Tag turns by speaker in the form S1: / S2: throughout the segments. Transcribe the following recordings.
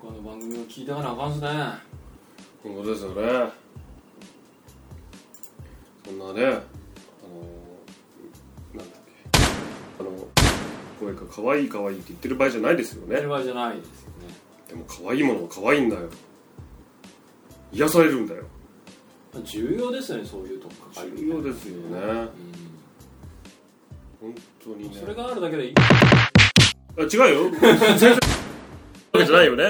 S1: この番組を聞いてからあかんっすね
S2: 本当ですよねそんなねあのなんだっけあの声が可愛い可愛いって言ってる場合じゃないですよ
S1: やる
S2: ね
S1: 場合じゃないですよね
S2: でも可愛いものは可愛いんだよ癒されるんだよ
S1: まあ重要ですよねそういうとこかかり
S2: 重要ですよ
S1: う
S2: ね本当に
S1: ん
S2: ね
S1: それがあるだけで
S2: あ違うよ全然わけじ ゃないよね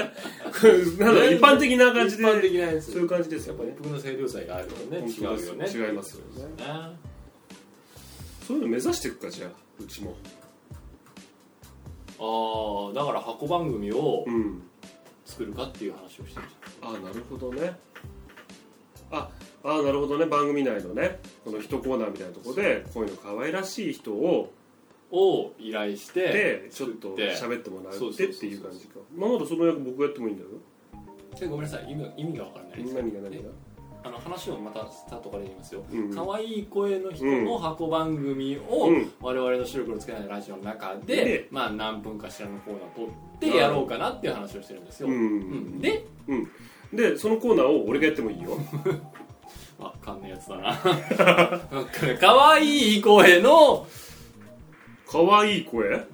S2: なんだ一般的な感じで
S1: 一般的なやつ
S2: そういう感じです
S1: やっ
S2: よ
S1: ぱ
S2: ね
S1: 一服の清涼祭があるよね
S2: 本
S1: 違う
S2: 当です
S1: よね
S2: 違いますよね
S1: ね
S2: そういうの目指していくかじゃあうちも
S1: ああだから箱番組を
S2: うん
S1: 作るかっていう話をしてるじ
S2: あなるほどねああなるほどね番組内のねこの一コーナーみたいなところでこういうの可愛らしい人を
S1: ゃんを依頼して
S2: でちょっと
S1: で
S2: 喋ってもら
S1: そう
S2: っ
S1: そうそうそう
S2: てっていう感じかまだその役僕がやってもいいんだよ
S1: ちょごめんなさい意味が意味が分からないです
S2: 何が何が
S1: あの話をまたスタートから言いますよ、
S2: うん
S1: 可愛い声の人の箱番組を
S2: うん
S1: 我々の白黒つけないラジオの中で、
S2: で
S1: まあ何分かしらのコーナーを取ってやろうかなっていう話をしてるんですよ、
S2: う
S1: うん
S2: ん
S1: で、
S2: でそのコーナーを俺がやってもいいよ
S1: わかんないやつだな 可愛い声の、
S2: 可愛い声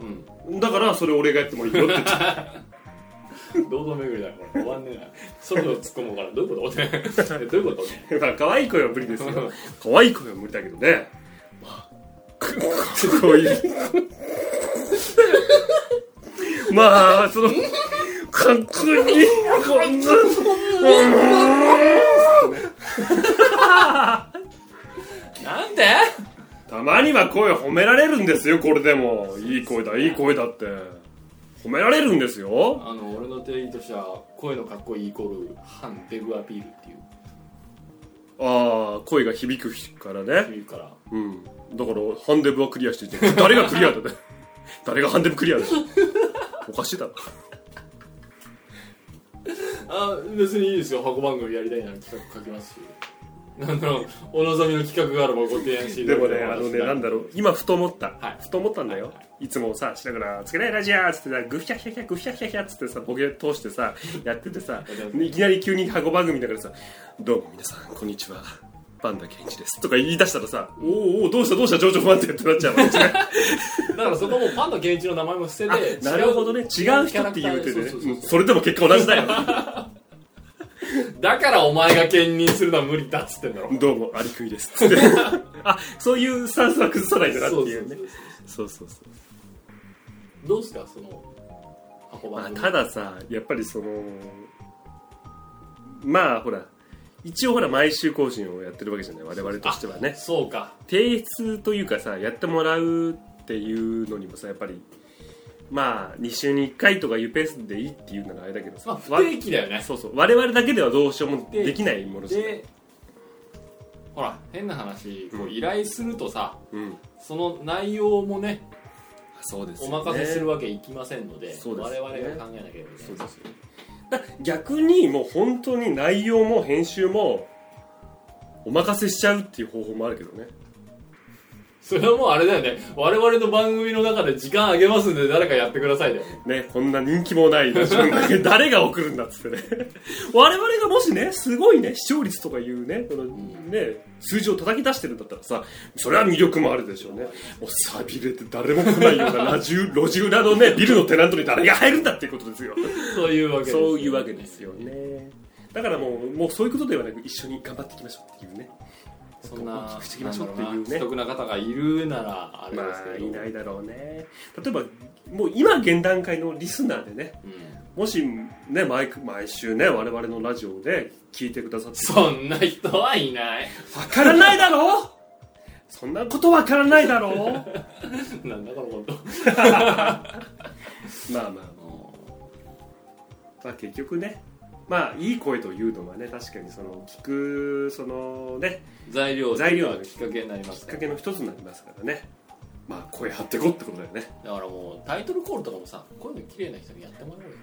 S1: うん、
S2: だからそれ俺がやってもいいよって言って
S1: 堂々巡りだから終わんねえなそろそろ突っ込むからどういうことどういうこと
S2: まあ可愛い声は無理ですよ可愛い声は無理だけどねまあこういう まあそのかっこいいこんな
S1: なんで
S2: たまには声褒められるんですよこれでもいい声だいい声だって褒められるんですよ
S1: あの俺の定義としては声のかっこいいイコール反デブアピールっていう
S2: ああ声が響くから
S1: って
S2: ね
S1: いうから
S2: うんだからハンデブはクリアしていて誰がクリアだね誰がハンデブクリアだよおかしいだろ
S1: あ別にいいですよ箱番組やりたいなら企画書きますしあのお望みの企画があればご提案していた
S2: で
S1: だけ
S2: も
S1: れ
S2: ね、
S1: ば
S2: あのね、なんだろう、今、ふと思った、
S1: はい
S2: ふと思ったんだよ、
S1: はいい
S2: つもさ、しながら、つけないラジアーっつってさ、グヒャヒャヒャ、グヒャヒャヒャっつってさ、ボケ通してさ、やって てさ、いきなり急に箱番組だからさ、どうも皆さん、こんにちは、パンダケンイチですとか言い出したらさ、おーおー、どうした、どうした、情緒不安定ってなっちゃ うの
S1: だからそこもパンダケンイチの名前も捨
S2: あ
S1: てて
S2: なるほどね、違う
S1: キャ
S2: 人
S1: ラ
S2: っ
S1: ク
S2: て
S1: タ
S2: 言う
S1: ーで
S2: てね、
S1: そうそうそう
S2: うんそれでも結果同 じだよ、
S1: だからお前が兼任するのは無理だっつってんだろ
S2: どうも、アリクイですっつって、 あそういうスタンスは崩さないとなっていうね、そうそうそう。
S1: どうですかその箱
S2: ま
S1: 番
S2: あ、
S1: 組
S2: たださやっぱりそのまあほら一応ほら毎週更新をやってるわけじゃない我々としてはね
S1: そうか
S2: 提出というかさやってもらうっていうのにもさやっぱりまあ2週に1回とかいうペースでいいっていうならあれだけどさ、
S1: まあ不定期だよ
S2: わ
S1: ね
S2: そうそう我々だけではどうしようもできないものじゃない
S1: でほら変な話こ
S2: う
S1: うん依頼するとさ
S2: うん
S1: その内容もね
S2: そうです
S1: お
S2: よね
S1: 任せするわけいきませんので
S2: そう
S1: 我
S2: で
S1: 々
S2: すよ
S1: が考
S2: ね
S1: えなければいけない
S2: そうですよだ逆にもう本当に内容も編集もお任せしちゃうっていう方法もあるけどね
S1: それはもうあれだよね我々の番組の中で時間あげますんで誰かやってくださいだよね
S2: ね、こんな人気もないラジ オなんか誰が送るんだっつってね我々がもしねすごいね視聴率とかいうねこのね数字を叩き出してるんだったらさそれは魅力もあるでしょうねもうさびれて誰も来ないよう なラジュ路地裏のねビルのテナントに誰が入るんだっていうことですよ
S1: そういうわけですよね
S2: そういうわけですよねだからもうもうそういうことではなく一緒に頑張っていきましょうっていうね
S1: そんな
S2: 大きくしていきましょうっていうね
S1: なんだろうな既得な方がいるならあれ
S2: ま
S1: ですけど
S2: あいないだろうね例えばもう今現段階のリスナーでね
S1: うん
S2: もしね毎毎週ね我々のラジオで聞いてくださって
S1: そんな人はいない
S2: わからないだろうそんなことわからないだろう
S1: なんだこのこと
S2: まあまあ、まあ、結局ねまあいい声というのはね確かにその聞くそのね
S1: 材料
S2: 材料
S1: がきっかけになりま
S2: き
S1: す
S2: っ
S1: か
S2: からけの一つになりますからねまあ声張ってこってことだよね
S1: だからもうタイトルコールとかもさこういうの綺麗な人にやってもらおうよ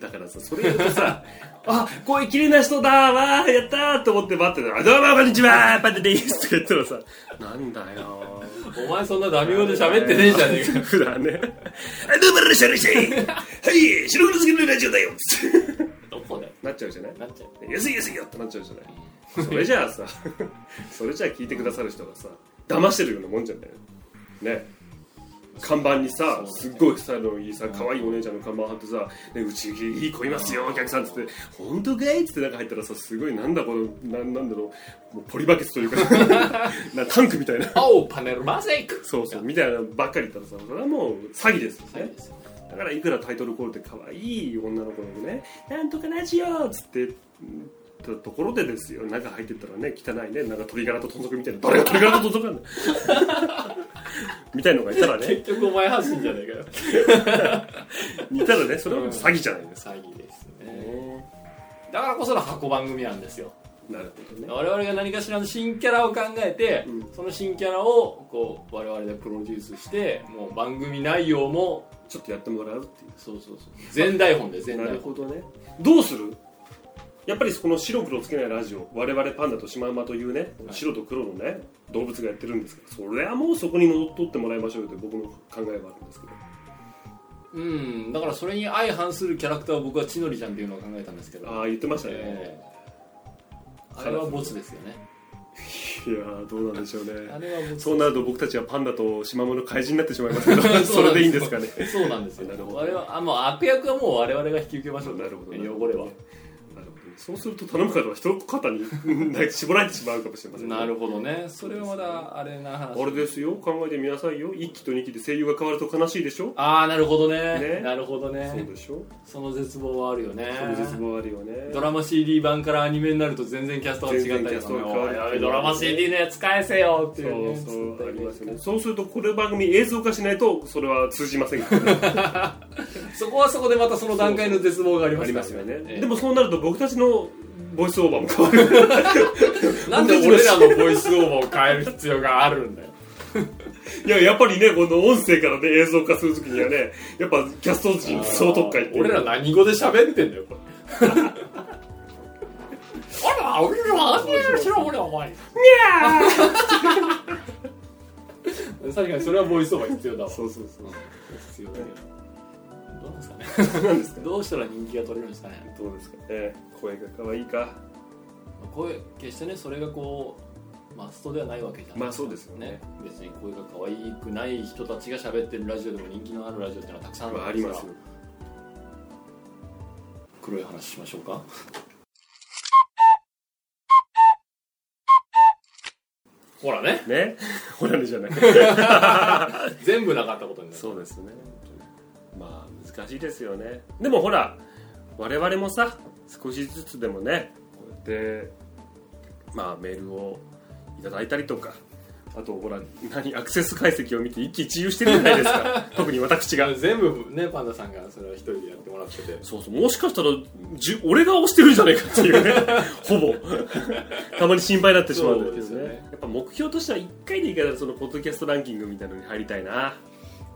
S2: だからさそれやるとさ あ声綺麗な人だわーやったーと思って待ってたら「どうもこんにちはパテです」とか言ったらさなんだよー
S1: お前そんなダミ語で喋ってねえじゃねえ か
S2: 普段ね。あどうもいらっしゃいませ。はい、白黒好きのラジオだよ。なっちゃうじゃない
S1: なっちゃう
S2: 安い安いよってなっちゃうじゃないそれじゃあさ それじゃあ聞いてくださる人がさ騙してるようなもんじゃないね看板にさ、すっごいスタイルのいいさ可愛いお姉ちゃんの看板貼ってさ「ね、うちいい子いますよお客さん」っつって「本当かい?」っつって中入ったらさすごいなんだこのなんなんだろうもうポリバケツというか なタンクみたいな
S1: 青パネルマジック
S2: そうそうみたいなのばっかり言ったらさそれはもう詐欺ですよね
S1: です
S2: だからいくらタイトルコールで可愛い女の子でもね「なんとかラジオ」っつってうんたところでですよ中入ってったらね汚いねなんか鶏ガラと豚足みたいな誰が鶏ガラと豚足なんだみたいのがいたら ね
S1: 結局お前発信じゃねえかよ
S2: いたらねそれは 詐欺じゃないですか、
S1: 詐欺ですねだからこその箱番組なんですよ
S2: なるほどね
S1: 我々が何かしらの新キャラを考えて、
S2: うん
S1: その新キャラをこう我々でプロデュースしてもう番組内容も
S2: ちょっとやってもらうっていう
S1: そうそうそう全台本で全
S2: な
S1: 台
S2: る
S1: 本
S2: ほどねどうするやっぱりこの白黒つけないラジオ我々パンダとシマウマというね
S1: はい
S2: 白と黒のね動物がやってるんですけどそれはもうそこにのっとってもらいましょうよという僕の考えはあるんですけど
S1: うんだからそれに相反するキャラクターを僕は千鳥ちゃんっていうのを考えたんですけど、
S2: ああ言ってましたね、
S1: えーあれはボツですよね
S2: いやーどうなんでしょうね
S1: あれはボツ
S2: そうなると僕たちはパンダとシマウマの怪人になってしまいますけど それでいいんですかね
S1: そうなんですよ
S2: なるほど
S1: 我々はあもう悪役はもう我々が引き受けましょう
S2: なるほどね
S1: 汚れは
S2: なるほどねそうすると頼む方は一肩に絞られてしまうかもしれませんね、
S1: なるほどねそれはまだあれな話
S2: あれですよ考えてみなさいよ1期と2期で声優が変わると悲しいでしょ
S1: ああなるほどね
S2: ね
S1: なるほど
S2: そう
S1: ね
S2: でしょ
S1: その絶望はあるよね
S2: その絶望あるよね
S1: ドラマ CD 版からアニメになると全然キャストが違った
S2: 全然キ
S1: り
S2: ャ
S1: と
S2: ス
S1: か
S2: ト
S1: ね
S2: が変わる
S1: おいおいドラマ CD のやつ返せよって
S2: そ
S1: いうう
S2: そうありますよね
S1: ね
S2: そうするとこれ番組映像化しないとそれは通じませんから、 ね、
S1: そこはそこでまたその段階の絶望があり
S2: あ
S1: ま
S2: り
S1: す
S2: ま
S1: から
S2: すよね、
S1: ええ
S2: でもそうなると僕たちのボイスオーバーも変わる
S1: なんで俺らのボイスオーバーを変える必要があるんだよ
S2: いややっぱりねこの音声からね映像化するときにはねやっぱキャスト陣総特会っていう
S1: 俺ら何語で喋ってんだよこれあら俺ら何やしろ俺お前確かにそれはボイスオーバ ー必要だわ
S2: そうそうそう
S1: 必要だけど どうなんですかね
S2: なんですか
S1: どうしたら人気が取れるんですかね
S2: どうですかね声が可愛いか
S1: まあ声決してねそれがこうマストではないわけじゃない
S2: まあそうですよね
S1: 別に声が可愛くない人たちが喋ってるラジオでも人気のあるラジオっていうのはたくさんある
S2: まあ
S1: わ
S2: あ
S1: けで
S2: り
S1: すから
S2: ますよ
S1: 黒い話しましょうかほらね
S2: ね ほらねじゃない
S1: 全部なかったことになる
S2: そうですねまあ難しいですよねでもほら我々もさ少しずつでもねこうやってまあメールをいただいたりとかあとほら何アクセス解析を見て一喜一憂してるじゃないですか特に私が
S1: 違う全部ねパンダさんがそれは一人でやってもらってて
S2: そうそうもしかしたらじゅ俺が押してるんじゃないかっていうね ほぼたまに心配になってしまうんだけど
S1: そう
S2: ね
S1: ですよね
S2: やっぱ目標としては1回でいいからそのポッドキャストランキングみたいなのに入りたいな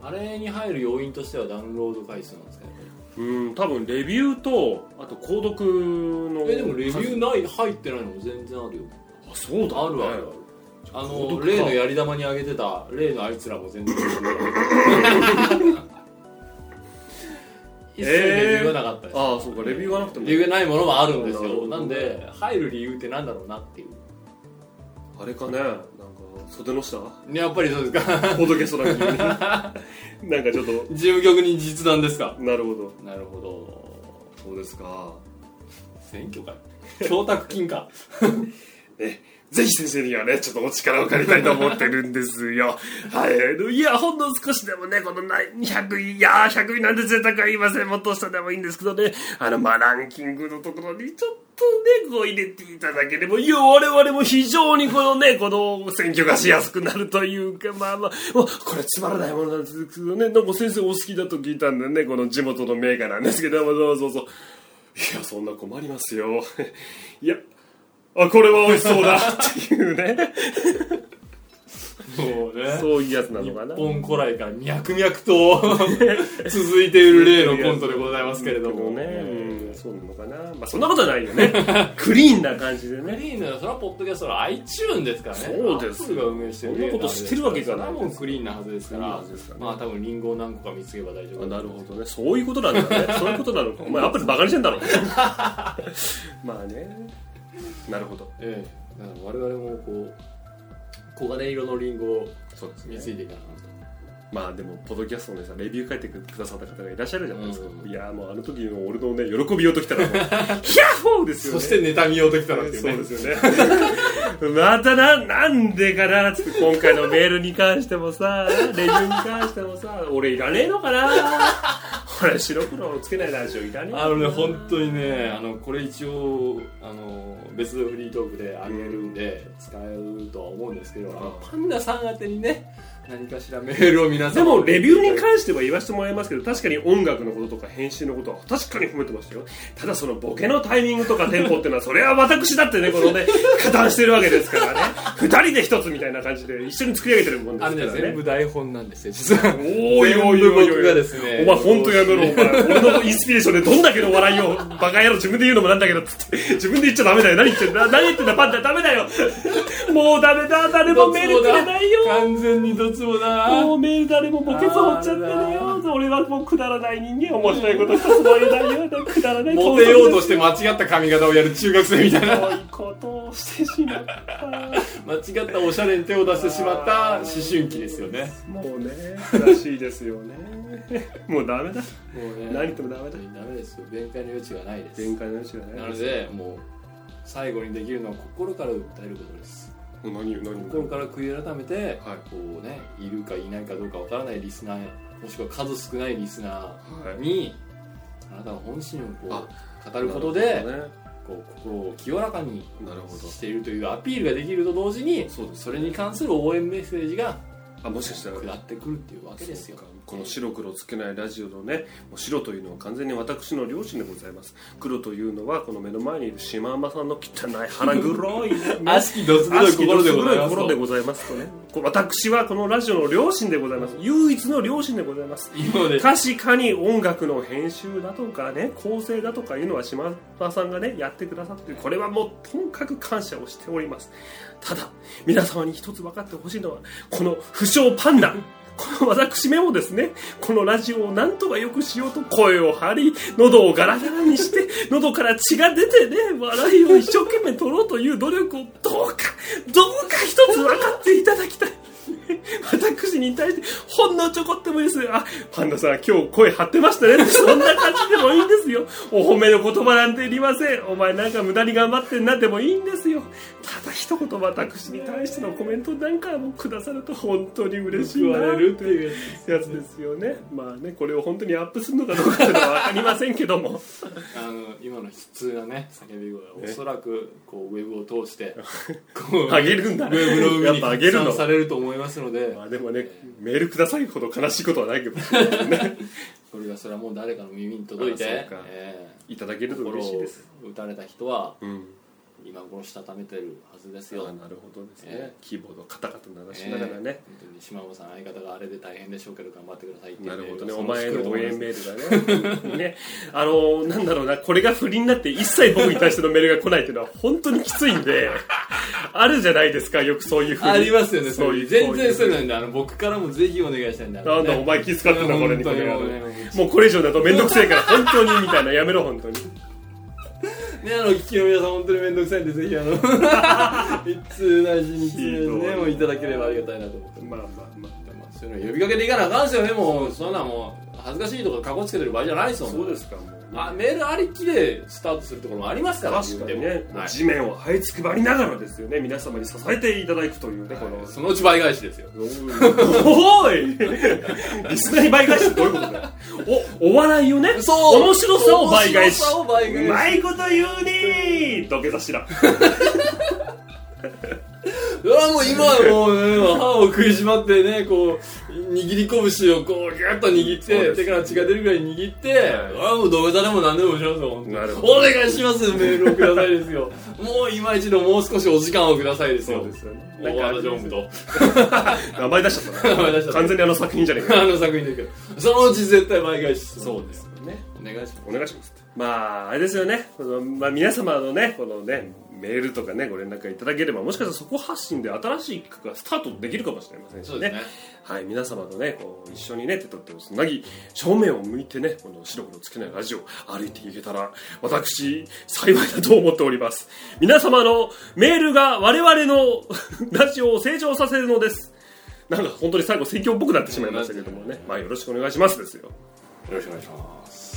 S1: あれに入る要因としてはダウンロード回数なんですかね
S2: うん多分レビューとあと購読の
S1: えでもレビューない入ってないのも全然あるよ
S2: あそうだ、ね、
S1: あるあるあるあ
S2: 購
S1: の
S2: 読か
S1: 例のやり玉にあげてた例のあいつらも 全然一切レビューがなかったです、
S2: ああそうかレビューがなくても
S1: 理由がないものもあるんです
S2: なるほ
S1: よ
S2: ど
S1: なんで入る理由ってなんだろうなっていう
S2: あれかねなんか袖の下
S1: ねやっぱりそうですか
S2: ポッドキャストランキングに なんかちょっと
S1: 事務局に実弾ですか
S2: なるほど
S1: なるほど
S2: そうですか
S1: 選挙か供託金か
S2: ぜひ先生にはね、ちょっとお力を借りたいと思ってるんですよ。はい。いや、ほんの少しでもね、このな100位、いやー、100位なんて贅沢は言いません。もっと下でもいいんですけどね、あの、まあ、ランキングのところにちょっとね、こう入れていただければ、いや、我々も非常にこのね、この選挙がしやすくなるというか、まあまあ、まあこれつまらないものなんですけどね、なんか先生お好きだと聞いたんでね、この地元の銘柄なんですけど、まあそうそうそう。いや、そんな困りますよ。いや、あ、これは美味しそうだっていうね。
S1: そうね
S2: そういうやつなのか
S1: 日
S2: な
S1: 本古来から脈々と続いている例のコントでございますけれども
S2: ね、
S1: え
S2: うん、そうなのかなまあそんなことはないよ ねクリーンな感じで
S1: ーク
S2: ね
S1: リーンならそれはポッドキャストの iTune ですからね
S2: そうです
S1: Apple が運営してる
S2: そんなことしてるわけじゃない
S1: それはもうクリーンなはずですから
S2: クリーンなはずですからね
S1: まあ多分リンゴを何個か見つけば大丈夫
S2: あなるほどねそういうことなんだねそういうことなのかお前アプリバカにしてんだろ まあねなるほど
S1: ええだから我々もこう黄金色のリンゴを
S2: そうです
S1: 見ついていかなと
S2: まあでもポッドキャストのねさレビュー書いてくださった方がいらっしゃるじゃないですか、
S1: うん
S2: いやーもうあの時の俺のね喜びようときたらもう ヒャッホーですよね
S1: そして妬みようときたら
S2: そ
S1: っ
S2: う
S1: ていう
S2: で
S1: ね
S2: すよねまたななんでかなっつって今回のメールに関してもさレビューに関してもさ俺いらねえのかなほら白黒つけないラジオいらねえ
S1: あのね本当にねあのこれ一応あの別のフリートークであげるんで、使えるとは思うんですけど、あのパンダさん宛てにね何かしらメールを皆さん
S2: でもレビューに関しては言わせてもらいますけど確かに音楽のこととか編集のことは確かに褒めてましたよただそのボケのタイミングとかテンポっていうのはそれは私だってねこのね加担してるわけですからね2人で1つみたいな感じで一緒に作り上げてるもんで
S1: あれ
S2: すか
S1: ね
S2: らね
S1: 全部台本なんですよ実は
S2: おいおい
S1: 全
S2: お
S1: 部
S2: いお
S1: 僕
S2: い
S1: がですね
S2: お前本当やめろお前俺のインスピレーションでどんだけの笑いをバカ野郎自分で言うのもなんだけどつって自分で言っちゃダメだよ何言ってんだ何言ってんだパンダダメだよもうダメだ誰もメールくれないよ
S1: 完全にどつぼだ
S2: もうメール誰もボケツ掘っちゃって
S1: あ
S2: ね
S1: ー
S2: よ俺はもうくだらない人間面白いこと一つも言えないよくだらない
S1: モテようとして間違った髪型をやる中学生みたいな
S2: こういうことをしてしまった
S1: 間違ったおしゃれに手を出してしまった思春期ですよね
S2: もうねらしいですよねもうダメだ
S1: もうね
S2: 何言ってもダ
S1: 本
S2: メだ
S1: 当にダメですよ弁解の余地がないです
S2: 限界の余地
S1: な
S2: がない
S1: のでもう最後にできるのは心から訴えることです
S2: 何言う何
S1: 心から悔い改めて、
S2: はい
S1: こうねいるかいないかどうかわからないリスナーもしくは数少ないリスナー
S2: はい
S1: に、あなたの本心をこう語
S2: な
S1: ることで、
S2: ね
S1: こう心を清らかに
S2: なるほど
S1: しているというアピールができると同時に
S2: そうです
S1: それに関する応援メッセージが
S2: あもしかしたら
S1: 下ってくるっていうわけですよ
S2: そうかこの白黒つけないラジオのねもう白というのは完全に私の両親でございます黒というのはこの目の前にいる島山さんの汚い腹黒 い
S1: 悪しきどつ
S2: 悪しきどす黒い
S1: と
S2: 心でございますとねこう私はこのラジオの両親でございます唯一の両親でございます
S1: 今まで
S2: 確かに音楽の編集だとかね構成だとかいうのは島田さんがねやってくださってこれはもうともかく感謝をしておりますただ皆様に一つ分かってほしいのはこの不詳パンダこの私めもですねこのラジオをなんとか良くしようと声を張り喉をガラガラにして 喉から血が出てね笑いを一生懸命取ろうという努力をどうかどうか一つ分かっていただきたい 私に対してほんのちょこってもいいですあパンダさん今日声張ってましたね そんな感じでもいいんですよお褒めの言葉なんていりませんお前なんか無駄に頑張ってんなでもいいんですよただ一言私に対してのコメントなんかもくださると本当に嬉しい
S1: 言
S2: な
S1: われるっていうやつです
S2: やつですよねまあねこれを本当にアップするのかどうかっていうのは分かりませんけども
S1: あの今の悲痛なね叫び声はおそらくこうウェブを通 してこう
S2: あげるんだ
S1: ウェブの海
S2: やっ
S1: に
S2: ぱあげ
S1: 拡
S2: るの
S1: 散されると思いますので
S2: まあでもねメールくださいほど悲しいことはないけど
S1: それがそれはもう誰かの耳に届いて、
S2: あそうか
S1: え
S2: いただけ
S1: え
S2: ると嬉しいです
S1: 心を打たれた人は
S2: うん
S1: 今頃したためてるはずです
S2: あ
S1: よ
S2: ーなるほどですね、
S1: ええ
S2: キーボードをカタカタ鳴らしながらね
S1: え、え本当に島尾さん相方があれで大変でしょうけど頑張ってくださいっていう
S2: なるほどね
S1: メー
S2: お
S1: ルがそのうち来ると
S2: 前への応
S1: 思いま
S2: 援
S1: す
S2: メールがねねあのなんだろうなこれが不倫になって一切僕に対してのメールが来ないっていうのは本当にきついんであるじゃないですかよくそういうふうに
S1: ありますよねそういう全然そういううなんであの僕からもぜひお願いしたいんだ
S2: なんだお前気遣ってんだこれ
S1: 本
S2: に
S1: 当
S2: こ
S1: に
S2: れ
S1: もう
S2: が
S1: ね
S2: もうこれ以上だと面倒くせえから本当にみたいなやめろ本当に
S1: ねあの聞きの皆さん本当に面倒くさいんでぜひ あの一通内心に通ねもういただければありがたいなと思って
S2: まあまあまあ
S1: まあそういうの呼びかけていかなあかんですよねもうそんなんもう恥ずかしいとかかこつけてる場合じゃないですもん
S2: そうですかもう
S1: あメールありきでスタートするところもありますから
S2: 確かに
S1: 言う
S2: ね
S1: て、もはい
S2: 地面を這いつくばりながらですよね皆様に支えていただくというね、この
S1: そのうち倍返しですよ
S2: おおいリスナーに倍返しってどういうことだよおお笑いをね
S1: そう
S2: 面白さを倍返し
S1: 面白さを倍返し
S2: うまいこと言うねー土下座しら
S1: うわもう今はもうね歯を食いしばってねこう握り拳をこうギュッと握っ
S2: そう
S1: て
S2: です
S1: 手から血が出るぐらい握って、
S2: はい
S1: あもう土下座でも何でもしますよ本当に
S2: なるほど
S1: お願いしますメールをくださいですよもう今一度もう少しお時間をくださいですよ
S2: すよね
S1: 大和田常務と
S2: 名前出しち ゃったな
S1: 名前出しちゃった
S2: 完全にあの作品じゃねえ か
S1: あの作品だけどそのうち絶対毎回し
S2: よね
S1: お願いします
S2: お願いしますまああれですよねこの、まあ、皆様のねこのねメールとかねご連絡いただければもしかしたらそこ発信で新しい企画がスタートできるかもしれませんし
S1: そうで
S2: ね
S1: すね
S2: はい皆様とねこう一緒にね手と手をつなぎ正面を向いてねこの白黒つけないラジオ歩いていけたら私幸いだと思っております皆様のメールが我々の ラジオを成長させるのですなんか本当に最後宣教っぽくなってしまいましたけどもねまあよろしくお願いしますですよ
S1: よろしくお願いします